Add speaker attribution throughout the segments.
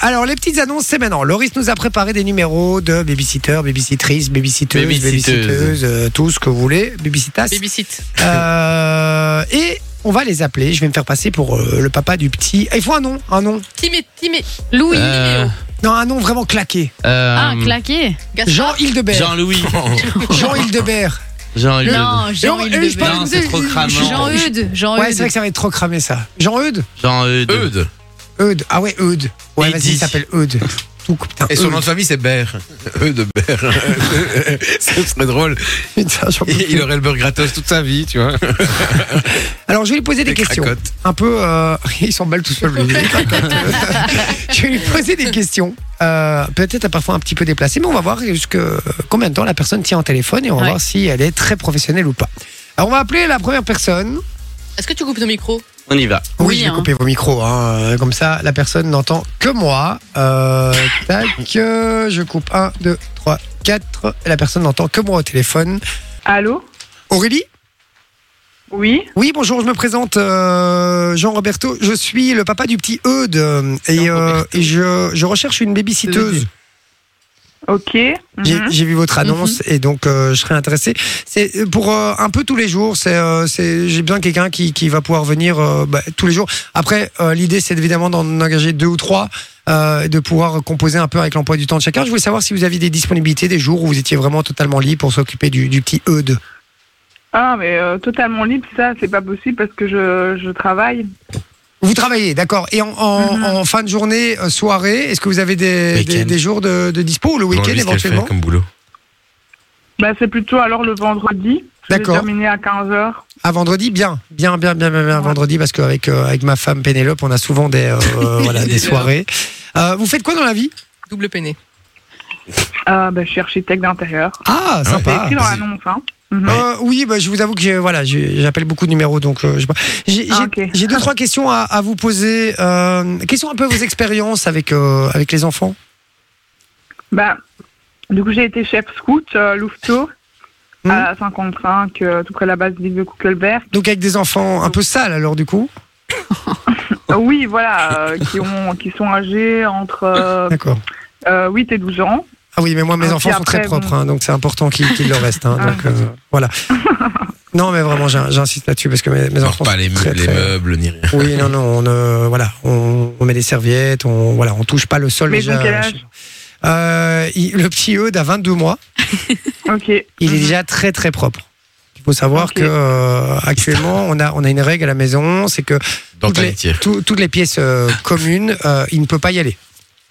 Speaker 1: Alors, les petites annonces, c'est maintenant. Loris nous a préparé des numéros de babysitter, babysitrice, babysitteuse,
Speaker 2: Babysitteuse.
Speaker 1: babysitteuse, euh, tout ce que vous voulez, babysitas.
Speaker 3: Babysit.
Speaker 1: Euh, et on va les appeler. Je vais me faire passer pour euh, le papa du petit. Ah, il faut un nom, un nom.
Speaker 3: Timé, Timé. Louis.
Speaker 2: Euh,
Speaker 1: Non, un nom vraiment claqué.
Speaker 2: euh,
Speaker 4: Ah, claqué
Speaker 1: Jean Hildebert.
Speaker 2: Jean-Louis.
Speaker 1: Jean Hildebert.
Speaker 2: Jean louis
Speaker 4: Non, Jean-Eudes.
Speaker 1: et je parle
Speaker 2: Non, c'est trop cramant.
Speaker 4: Jean-Eudes.
Speaker 1: Ouais, c'est vrai
Speaker 4: Jean-Eudes.
Speaker 1: que ça va être trop cramé ça. Jean Eudes
Speaker 2: Jean-Eudes.
Speaker 5: Eudes.
Speaker 1: Eudes. Ah ouais, Eudes. Ouais, vas-y,
Speaker 2: Eddy.
Speaker 1: il s'appelle Eudes. Tout, putain,
Speaker 5: Et son
Speaker 1: Eudes.
Speaker 5: nom de famille, c'est E Bert. Eudebert. Ce serait drôle.
Speaker 1: Putain, j'en peux
Speaker 5: Il
Speaker 1: plus.
Speaker 5: il aurait le beurre gratos toute sa vie, tu vois.
Speaker 1: Alors, je vais lui poser des
Speaker 5: Les
Speaker 1: questions.
Speaker 5: cracottes.
Speaker 1: Un peu. euh, Il s'emballe tout seul, lui. Les cracottes. je vais lui poser des questions. euh, Peut-être parfois un petit peu déplacées, mais on va voir jusque euh, combien de temps la personne tient en téléphone et on va
Speaker 4: Ouais.
Speaker 1: voir si elle est très professionnelle ou pas. Alors, on va appeler la première personne.
Speaker 3: Est-ce que tu coupes ton micro
Speaker 2: On y va.
Speaker 1: Oui,
Speaker 4: Oui,
Speaker 1: je vais
Speaker 4: hein.
Speaker 1: couper vos micros. hein, euh, Comme ça, la personne n'entend que moi. Euh, tac, euh, je coupe 1, 2, 3, 4. La personne n'entend que moi au téléphone.
Speaker 6: Allô
Speaker 1: Aurélie
Speaker 6: Oui
Speaker 1: Oui, bonjour, je me présente euh, Jean-Roberto. Je suis le papa du petit Eudes euh, et, euh, et je, je recherche une babysitteuse.
Speaker 6: Ok. mhm.
Speaker 1: J'ai j'ai vu votre annonce et donc euh, je serais intéressé. C'est euh, pour euh, un peu tous les jours. C'est euh, c'est- j'ai besoin de quelqu'un qui, qui va pouvoir venir euh, bah, tous les jours. Après, euh, l'idée c'est évidemment d'en engager deux ou trois, euh, et de pouvoir composer un peu avec l'emploi du temps de chacun. Je voulais savoir si vous aviez des disponibilités, des jours où vous étiez vraiment totalement libre pour s'occuper du, du petit Eudes.
Speaker 6: Ah, mais euh, totalement libre, ça, c'est pas possible parce que je, je travaille.
Speaker 1: Vous travaillez, d'accord. Et en, en-
Speaker 6: Mhm.
Speaker 1: en fin de journée, euh, soirée, est-ce que vous avez des,
Speaker 2: Week-end.
Speaker 1: des, des jours de, de dispo ou le week-end éventuellement
Speaker 5: comme boulot.
Speaker 6: Bah, c'est plutôt alors le vendredi. Je vais
Speaker 1: D'accord.
Speaker 6: terminer à 15h.
Speaker 1: À vendredi, bien, bien, bien, bien, bien, bien,
Speaker 6: Ouais.
Speaker 1: vendredi, parce qu'avec euh, avec ma femme Pénélope, on a souvent des, euh, voilà, des
Speaker 3: Des
Speaker 1: soirées. Euh, vous faites quoi dans la vie
Speaker 3: Double peiné.
Speaker 6: Ah, bah, je suis architecte d'intérieur.
Speaker 1: Ah,
Speaker 6: C'est
Speaker 1: sympa.
Speaker 6: écrit dans
Speaker 5: vas-y.
Speaker 6: l'annonce, hein. Mhm.
Speaker 1: Euh, oui, bah, je vous avoue que j'ai- voilà, j'ai- j'appelle beaucoup de numéros, donc euh, je sais pas. j'ai
Speaker 6: Ah,
Speaker 1: j'ai-
Speaker 6: ok.
Speaker 1: j'ai deux trois questions à, à vous poser. Euh, quelles sont un peu vos expériences avec euh, avec les enfants
Speaker 6: Bah, du coup, j'ai été chef scout euh, Louveteau
Speaker 1: Mhm.
Speaker 6: à 55, euh, tout près de la base de l'île de Kuckelberg.
Speaker 1: Donc avec des enfants un peu sales, alors du coup Oh.
Speaker 6: Euh, oui, voilà, euh, qui, ont, qui sont âgés entre euh,
Speaker 1: D'accord.
Speaker 6: euh, 8 et 12 ans.
Speaker 1: Ah oui, mais moi, mes
Speaker 6: Ah,
Speaker 1: enfants
Speaker 6: puis
Speaker 1: sont très
Speaker 6: après,
Speaker 1: propres,
Speaker 6: bon.
Speaker 1: hein, donc c'est important qu'ils qu'ils le restent. hein,
Speaker 6: Ah.
Speaker 1: donc, euh, voilà. Non, mais vraiment, j'in- j'insiste là-dessus parce que mes, mes enfants.
Speaker 5: Pas
Speaker 1: sont
Speaker 5: les, meubles,
Speaker 1: très,
Speaker 5: les
Speaker 1: très-
Speaker 5: meubles ni rien.
Speaker 1: Oui, non, non, on, euh, voilà, on, on met des serviettes, on, voilà, on touche pas le sol
Speaker 6: Mais
Speaker 1: déjà.
Speaker 6: donc, quel âge
Speaker 1: Euh, il- le petit Eudes a 22 mois,
Speaker 6: Ok.
Speaker 1: il est
Speaker 6: Mhm.
Speaker 1: déjà très très propre. Il faut savoir
Speaker 6: Ok.
Speaker 1: que euh, actuellement on a on a une règle à la maison, c'est que
Speaker 5: Dans
Speaker 1: toutes
Speaker 5: ta
Speaker 1: les,
Speaker 5: litière.
Speaker 1: tout- toutes les pièces euh, communes, euh, il ne peut pas y aller.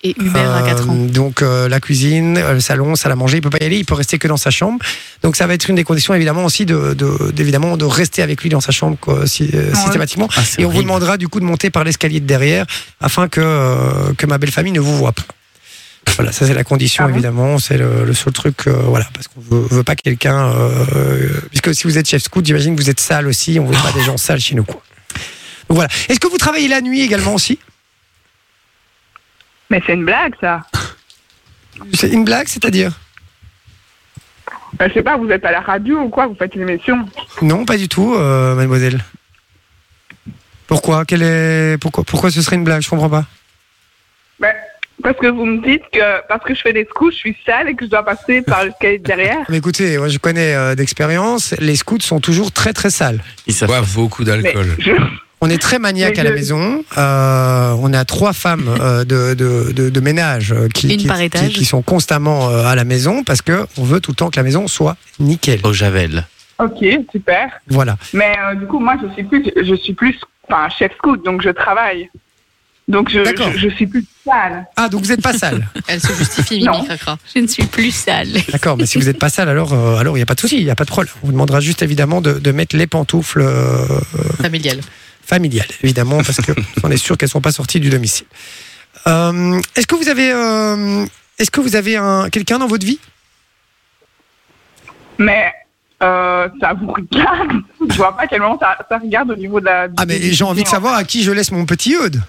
Speaker 4: Et Hubert à 4 ans.
Speaker 1: Euh, Donc euh, la cuisine, euh, le salon, salle à manger, il peut pas y aller, il peut rester que dans sa chambre. Donc ça va être une des conditions évidemment aussi de, de- d'évidemment de rester avec lui dans sa chambre quoi, si- euh, systématiquement.
Speaker 2: Ah, c'est
Speaker 1: Et on vous
Speaker 2: horrible.
Speaker 1: demandera du coup de monter par l'escalier de derrière afin que euh, que ma belle famille ne vous voit pas. Voilà, ça c'est la condition
Speaker 6: Ah bon
Speaker 1: évidemment, c'est le, le seul truc, euh, voilà, parce qu'on veut, veut pas quelqu'un, euh, puisque si vous êtes chef scout, j'imagine que vous êtes sale aussi, on veut pas des gens sales chez nous quoi. Donc voilà. Est-ce que vous travaillez la nuit également aussi
Speaker 6: Mais c'est une blague, ça.
Speaker 1: C'est une blague, c'est-à-dire
Speaker 6: Bah, je sais pas, vous êtes à la radio ou quoi Vous faites une émission
Speaker 1: Non, pas du tout, euh, mademoiselle. Pourquoi Quelle est... pourquoi, pourquoi ce serait une blague Je comprends pas.
Speaker 6: Bah, Parce que vous me dites que parce que je fais des scouts, je suis sale et que je dois passer par l'escalier de derrière.
Speaker 1: Mais écoutez, moi, je connais euh, d'expérience, les scouts sont toujours très très sales.
Speaker 2: Ils savent.
Speaker 5: Boivent beaucoup
Speaker 6: Mais
Speaker 5: d'alcool.
Speaker 6: je...
Speaker 1: On est très maniaque
Speaker 6: Mais
Speaker 1: à la
Speaker 6: je-
Speaker 1: maison. euh, on a trois femmes euh, de, de, de, de ménage euh, qui,
Speaker 4: Une
Speaker 1: qui,
Speaker 4: par
Speaker 1: qui-
Speaker 4: étage.
Speaker 1: qui sont constamment euh, à la maison parce que on veut tout le temps que la maison soit nickel.
Speaker 2: Au Javel.
Speaker 6: Ok, super.
Speaker 1: Voilà.
Speaker 6: Mais euh, du coup, moi, je suis plus, je suis plus, enfin, chef scout, donc je travaille. Donc je,
Speaker 1: D'accord.
Speaker 6: je, je suis plus sale.
Speaker 1: Ah, donc vous n'êtes pas sale.
Speaker 3: Euh, Elle se justifie,
Speaker 6: Non.
Speaker 3: Mimi Cracra.
Speaker 4: Je ne suis plus sale.
Speaker 1: D'accord, mais si vous n'êtes pas sale, alors euh, alors il n'y a pas de souci, il n'y a pas de problème. On vous demandera juste évidemment de, de mettre les pantoufles euh,
Speaker 3: Familiale.
Speaker 1: familiale, évidemment, parce que on est sûr qu'elles sont pas sorties du domicile. Euh, est-ce que vous avez, euh, est-ce que vous avez un, quelqu'un dans votre vie
Speaker 6: Mais euh, ça vous regarde. je vois pas tellement ça, ça regarde au niveau de la.
Speaker 1: Ah mais j'ai envie de savoir à qui je laisse mon petit Eudes.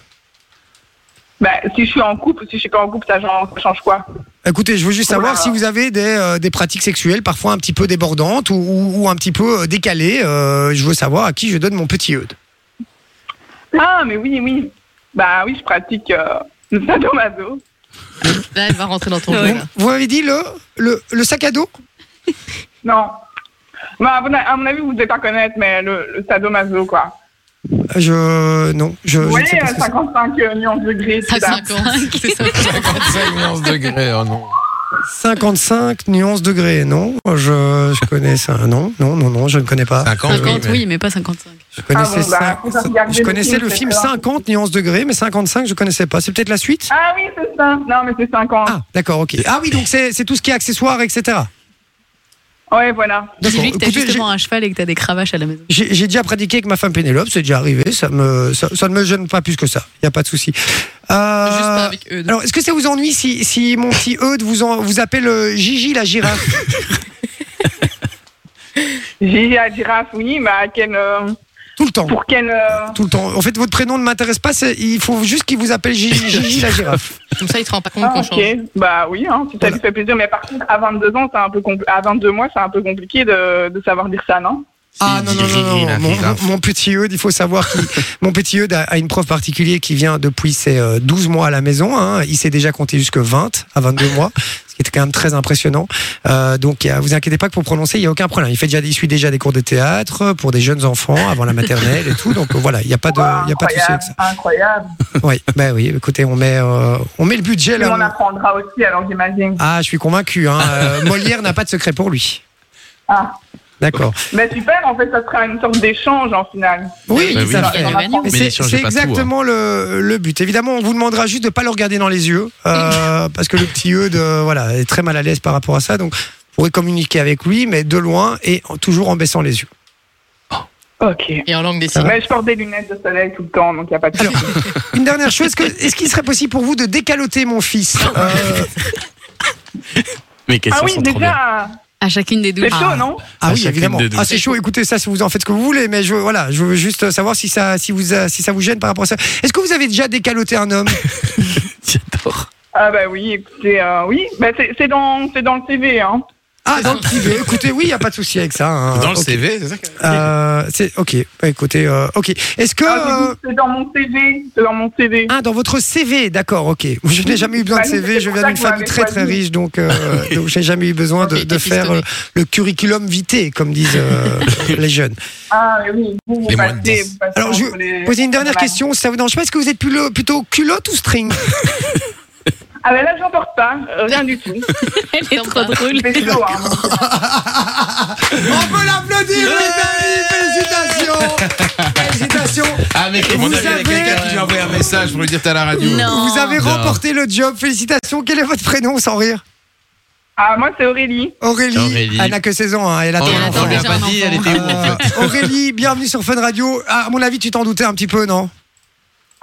Speaker 6: Bah, si je suis en couple, si je suis pas en couple, ça change ça change quoi
Speaker 1: Écoutez, je veux juste savoir
Speaker 6: Oula.
Speaker 1: si vous avez des, euh, des pratiques sexuelles parfois un petit peu débordantes ou, ou- ou un petit peu euh, décalées. Euh, je veux savoir à qui je donne mon petit Eudes.
Speaker 6: Ah, mais oui, oui. Bah oui, je pratique euh, Le sadomaso.
Speaker 3: Là, elle va rentrer dans ton jeu.
Speaker 4: Ouais.
Speaker 1: Vous,
Speaker 3: là.
Speaker 1: vous m'avez dit le, le, le sac à dos
Speaker 6: Non. Bah, à, mon, à mon avis, vous ne devez pas connaître, mais le, le sadomaso, quoi.
Speaker 1: Je. Non, je, je
Speaker 6: Vous
Speaker 1: ne sais
Speaker 6: voyez,
Speaker 1: pas
Speaker 6: euh,
Speaker 1: ce que c'est.
Speaker 6: 55 euh, nuances de gris, tout
Speaker 4: Ah,
Speaker 3: À
Speaker 6: ça.
Speaker 3: 5 ans, c'est ça.
Speaker 5: 55 nuances degrés, oh non.
Speaker 1: 55 nuances degrés, non je, je connais ça. Non, non, non, non, je ne connais pas.
Speaker 5: 50,
Speaker 4: 50, oui, mais pas 55.
Speaker 1: Je connaissais,
Speaker 6: Ah bon, bah,
Speaker 1: ça-
Speaker 6: faut pas regarder
Speaker 1: je
Speaker 6: le
Speaker 1: connaissais
Speaker 6: film,
Speaker 1: le
Speaker 6: c'est
Speaker 1: film
Speaker 6: ça.
Speaker 1: 50 nuances degrés, mais 55, je connaissais pas. C'est peut-être la suite
Speaker 6: Ah oui, c'est ça. Non, mais c'est 50.
Speaker 1: Ah, d'accord, ok. Ah oui, donc c'est c'est tout ce qui est accessoires, etc. Ah.
Speaker 6: Ouais, voilà.
Speaker 4: J'ai
Speaker 1: D'accord.
Speaker 4: vu que t'as
Speaker 1: Écoutez,
Speaker 4: justement un cheval et que t'as des cravaches à la maison.
Speaker 1: J'ai j'ai déjà pratiqué avec ma femme Pénélope, c'est déjà arrivé, ça, me, ça, ça ne me gêne pas plus que ça, il n'y a pas de souci. Euh,
Speaker 3: Juste pas avec eux.
Speaker 1: alors, est-ce que ça vous ennuie si, si mon petit Eudes vous, en- vous appelle euh, Gigi la girafe
Speaker 6: J'ai à girafe, oui, mais à quel, euh,
Speaker 1: Tout le temps,
Speaker 6: pour quel. euh,
Speaker 1: tout le temps. En fait, votre prénom ne m'intéresse pas, c'est- il faut juste qu'il vous appelle Gigi, Gigi la girafe.
Speaker 3: Comme ça, il te rend pas compte
Speaker 6: Ah,
Speaker 3: qu'on
Speaker 6: ok.
Speaker 3: change.
Speaker 6: Bah oui, hein, si ça lui fait plaisir. Mais par contre, à 22 ans, c'est un peu compl- à 22 mois, c'est un peu compliqué de, de savoir dire ça, non
Speaker 1: Ah non, non,
Speaker 5: Gigi
Speaker 1: non, non,
Speaker 5: la
Speaker 1: Mon,
Speaker 5: girafe.
Speaker 1: mon- mon petit Eudes, il faut savoir que mon petit Eudes a, a une preuve particulière qui vient depuis ses euh, 12 mois à la maison. hein. Il s'est déjà compté jusque 20 à 22 mois, ce qui était quand même très impressionnant. Euh, donc, il y a- vous inquiétez pas que pour prononcer, il n'y a aucun problème. Il, fait déjà, il suit déjà des cours de théâtre pour des jeunes enfants avant la maternelle et tout. Donc, euh, voilà, il n'y a pas de, il y a pas de souci
Speaker 6: Incroyable,
Speaker 1: avec ça.
Speaker 6: incroyable.
Speaker 1: Oui, bah oui, écoutez, on met, euh, on met le budget
Speaker 6: Et on
Speaker 1: là.
Speaker 6: apprendra aussi, alors j'imagine.
Speaker 1: Ah, je suis convaincu. Hein. Euh, Molière n'a pas de secret pour lui.
Speaker 6: Ah.
Speaker 1: D'accord.
Speaker 6: Mais super, en fait, ça sera une sorte d'échange en final.
Speaker 1: Oui,
Speaker 5: Bah oui,
Speaker 1: ça
Speaker 5: mais
Speaker 1: fait.
Speaker 3: il y a le gagnant.
Speaker 1: Mais
Speaker 5: Mais
Speaker 1: c'est-
Speaker 5: n'échangez
Speaker 1: c'est
Speaker 5: pas tout, hein.
Speaker 1: exactement le, le but. Évidemment, on vous demandera juste de pas le regarder dans les yeux, euh, parce que le petit Eudes euh, voilà, est très mal à l'aise par rapport à ça. Donc, vous pourrez communiquer avec lui, mais de loin et en- toujours en baissant les yeux.
Speaker 6: Ok.
Speaker 3: Et en langue des signes.
Speaker 6: Mais je porte des lunettes de soleil tout le temps, donc il n'y a pas de
Speaker 1: Alors,
Speaker 6: souci.
Speaker 1: une dernière chose, est-ce que- est-ce qu'il serait possible pour vous de décaloter mon fils
Speaker 5: Ah
Speaker 1: Euh,
Speaker 5: Mes
Speaker 6: Ah
Speaker 5: questions
Speaker 6: oui,
Speaker 5: sont trop bien.
Speaker 6: déjà,
Speaker 4: À chacune des douches.
Speaker 6: c'est chaud, non
Speaker 1: Ah
Speaker 5: À
Speaker 1: oui,
Speaker 5: chacune
Speaker 1: évidemment.
Speaker 5: des deux.
Speaker 1: Ah, c'est chaud. Écoutez, ça, si vous en faites ce que vous voulez, mais je, voilà, je veux juste savoir si ça, si vous, a- si ça vous gêne par rapport à ça. Est-ce que vous avez déjà décaloté un homme
Speaker 5: J'adore.
Speaker 6: Ah bah oui, écoutez, euh, oui, bah, c'est c'est dans, c'est dans le CV, hein.
Speaker 1: Ah, dans le privé. Écoutez, oui, il n'y a pas de souci avec ça. hein.
Speaker 5: Dans le
Speaker 1: Ok.
Speaker 5: CV, c'est ça que-
Speaker 1: Euh, c'est ok. Bah, écoutez, euh, ok. Est-ce que
Speaker 6: Ah,
Speaker 1: euh,
Speaker 6: c'est c'est dans mon CV, c'est dans mon CV.
Speaker 1: ah dans votre CV, d'accord, ok. Je n'ai jamais eu besoin de
Speaker 6: Bah, c'est
Speaker 1: CV. Je
Speaker 6: pour
Speaker 1: viens
Speaker 6: ça
Speaker 1: d'une
Speaker 6: que vous
Speaker 1: famille
Speaker 6: m'avez
Speaker 1: très très
Speaker 6: choisi.
Speaker 1: riche, donc, euh, donc j'ai jamais eu besoin de,
Speaker 3: Et
Speaker 1: de faire
Speaker 3: pistonné.
Speaker 1: euh, le curriculum vitae, comme disent euh, les jeunes.
Speaker 6: Ah oui, vous, vous
Speaker 5: Les moins de
Speaker 6: passez,
Speaker 5: dix.
Speaker 6: vous passez
Speaker 1: Alors, je
Speaker 6: entre les-
Speaker 1: Posez une dernière
Speaker 6: Voilà.
Speaker 1: question. Si ça vous dérange pas, est-ce que vous êtes plutôt, plutôt culotte ou string
Speaker 6: Ah ben là, j'en porte pas, euh, rien du tout.
Speaker 4: Elle est trop drôle.
Speaker 6: C'est chaud, hein.
Speaker 1: On peut l'applaudir, les amis. Félicitations, félicitations.
Speaker 5: Ah, mais
Speaker 1: Vous
Speaker 5: mon avis, il y a
Speaker 1: avez-
Speaker 5: quelqu'un qui lui a envoyé un message pour lui dire t'es à la radio. Ah,
Speaker 4: Non.
Speaker 1: Vous avez
Speaker 5: Non.
Speaker 1: remporté le job. Félicitations. Quel est votre prénom, sans rire
Speaker 6: Ah, moi, c'est Aurélie.
Speaker 1: Aurélie.
Speaker 5: Aurélie.
Speaker 1: Elle n'a que 16 ans. hein, elle attend
Speaker 5: Oh,
Speaker 1: un
Speaker 4: attend
Speaker 1: enfant.
Speaker 5: on lui a
Speaker 4: déjà
Speaker 5: pas
Speaker 4: un
Speaker 5: dit, elle
Speaker 4: enfant.
Speaker 5: était où en fait
Speaker 1: Euh, Aurélie, bienvenue sur Fun Radio. Ah, à mon avis, tu t'en doutais un petit peu, non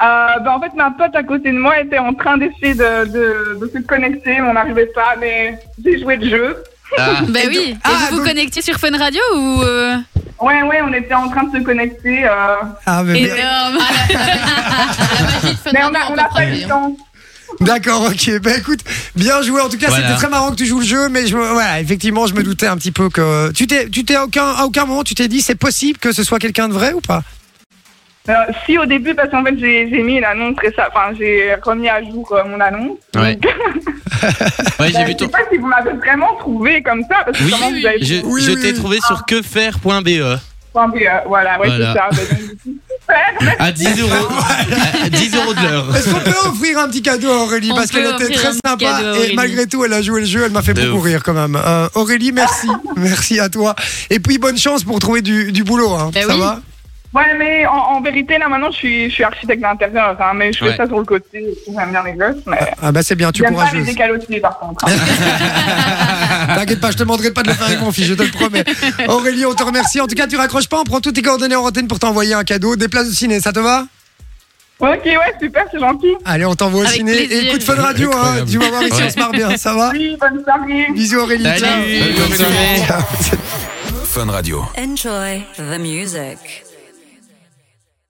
Speaker 6: Euh, ben, en fait, ma pote à côté de moi était en train d'essayer de, de, de se connecter, mais on n'arrivait pas, mais j'ai joué le jeu.
Speaker 5: Ah,
Speaker 4: Bah
Speaker 1: Et
Speaker 4: oui.
Speaker 1: donc-
Speaker 4: Et
Speaker 1: Ah,
Speaker 4: vous vous
Speaker 1: donc-
Speaker 4: connectiez sur Fun Radio ou. euh,
Speaker 6: Ouais, ouais, on était en train de se connecter. Euh...
Speaker 1: Ah, mais bien.
Speaker 4: Énorme.
Speaker 3: Ah, La magie de Fun
Speaker 6: Mais on
Speaker 3: Radio
Speaker 6: n'a
Speaker 3: en
Speaker 6: on a pas
Speaker 3: premier,
Speaker 6: eu
Speaker 3: hein.
Speaker 6: le temps.
Speaker 1: D'accord, ok. Bah écoute, bien joué. En tout cas,
Speaker 5: Voilà.
Speaker 1: c'était très marrant que tu joues le jeu, mais je, me- voilà, effectivement, je me doutais un petit peu que. Tu t'es, tu t'es à, aucun, à aucun moment, tu t'es dit, c'est possible que ce soit quelqu'un de vrai ou pas
Speaker 6: Alors, Euh, si au début, parce qu'en fait, j'ai j'ai mis une annonce récemment, enfin, j'ai remis à jour euh, mon annonce.
Speaker 5: Ouais.
Speaker 6: Donc,
Speaker 5: Ah.
Speaker 2: Ouais, j'ai
Speaker 6: je
Speaker 2: vu
Speaker 6: ne sais
Speaker 2: ton.
Speaker 6: pas si vous m'avez vraiment trouvé comme ça, parce que
Speaker 2: Oui,
Speaker 6: comment
Speaker 3: oui,
Speaker 6: vous avez
Speaker 2: Je,
Speaker 1: Oui,
Speaker 2: je
Speaker 1: oui,
Speaker 2: t'ai
Speaker 1: oui.
Speaker 2: trouvé sur
Speaker 5: E.
Speaker 2: quefaire.be
Speaker 6: trouvé, euh, Voilà, ouais,
Speaker 2: Voilà.
Speaker 6: c'est ça. Ben, donc,
Speaker 2: à 10 euros, à 10 euros de l'heure.
Speaker 1: Est-ce qu'on peut offrir un petit cadeau à Aurélie
Speaker 4: On
Speaker 1: Parce qu'elle
Speaker 4: peut
Speaker 1: était
Speaker 4: offrir un
Speaker 1: très
Speaker 4: petit
Speaker 1: sympa
Speaker 4: cadeau à
Speaker 1: et
Speaker 4: Aurélie.
Speaker 1: malgré tout, elle a joué le jeu, elle m'a fait
Speaker 2: De
Speaker 1: beaucoup
Speaker 2: ouf.
Speaker 1: rire quand même. Euh, Aurélie, merci. merci à toi. Et puis, bonne chance pour trouver du, du boulot. Hein.
Speaker 4: Bah
Speaker 1: Ça
Speaker 4: oui.
Speaker 1: va
Speaker 6: Ouais, mais en, en vérité, là, maintenant, je suis, je suis architecte d'intérieur, hein, mais je fais
Speaker 2: Ouais.
Speaker 6: ça sur le côté, j'aime bien les gosses, mais
Speaker 1: Ah, bah c'est bien, tu es
Speaker 6: j'aime pas les
Speaker 1: courageuse.
Speaker 6: décalotiers, par contre. hein.
Speaker 1: T'inquiète pas, je te demanderai pas de le faire avec mon fils, je te le promets. Aurélie, on te remercie. En tout cas, tu raccroches pas, on prend toutes tes coordonnées en antenne pour t'envoyer un cadeau, des places de ciné, ça te va
Speaker 6: ok, ouais, super, c'est gentil.
Speaker 1: Allez, on t'envoie au
Speaker 4: Avec
Speaker 1: ciné.
Speaker 4: plaisir.
Speaker 1: Et écoute Fun Radio, hein,
Speaker 5: Incroyable.
Speaker 1: tu vas voir ici, on
Speaker 2: Ouais.
Speaker 1: se marre bien, ça va
Speaker 6: Oui, bonne soirée.
Speaker 1: Bisous Aurélie,
Speaker 2: Salut,
Speaker 1: ciao.
Speaker 2: bonne soirée.
Speaker 1: Ciao.
Speaker 7: Enjoy the music.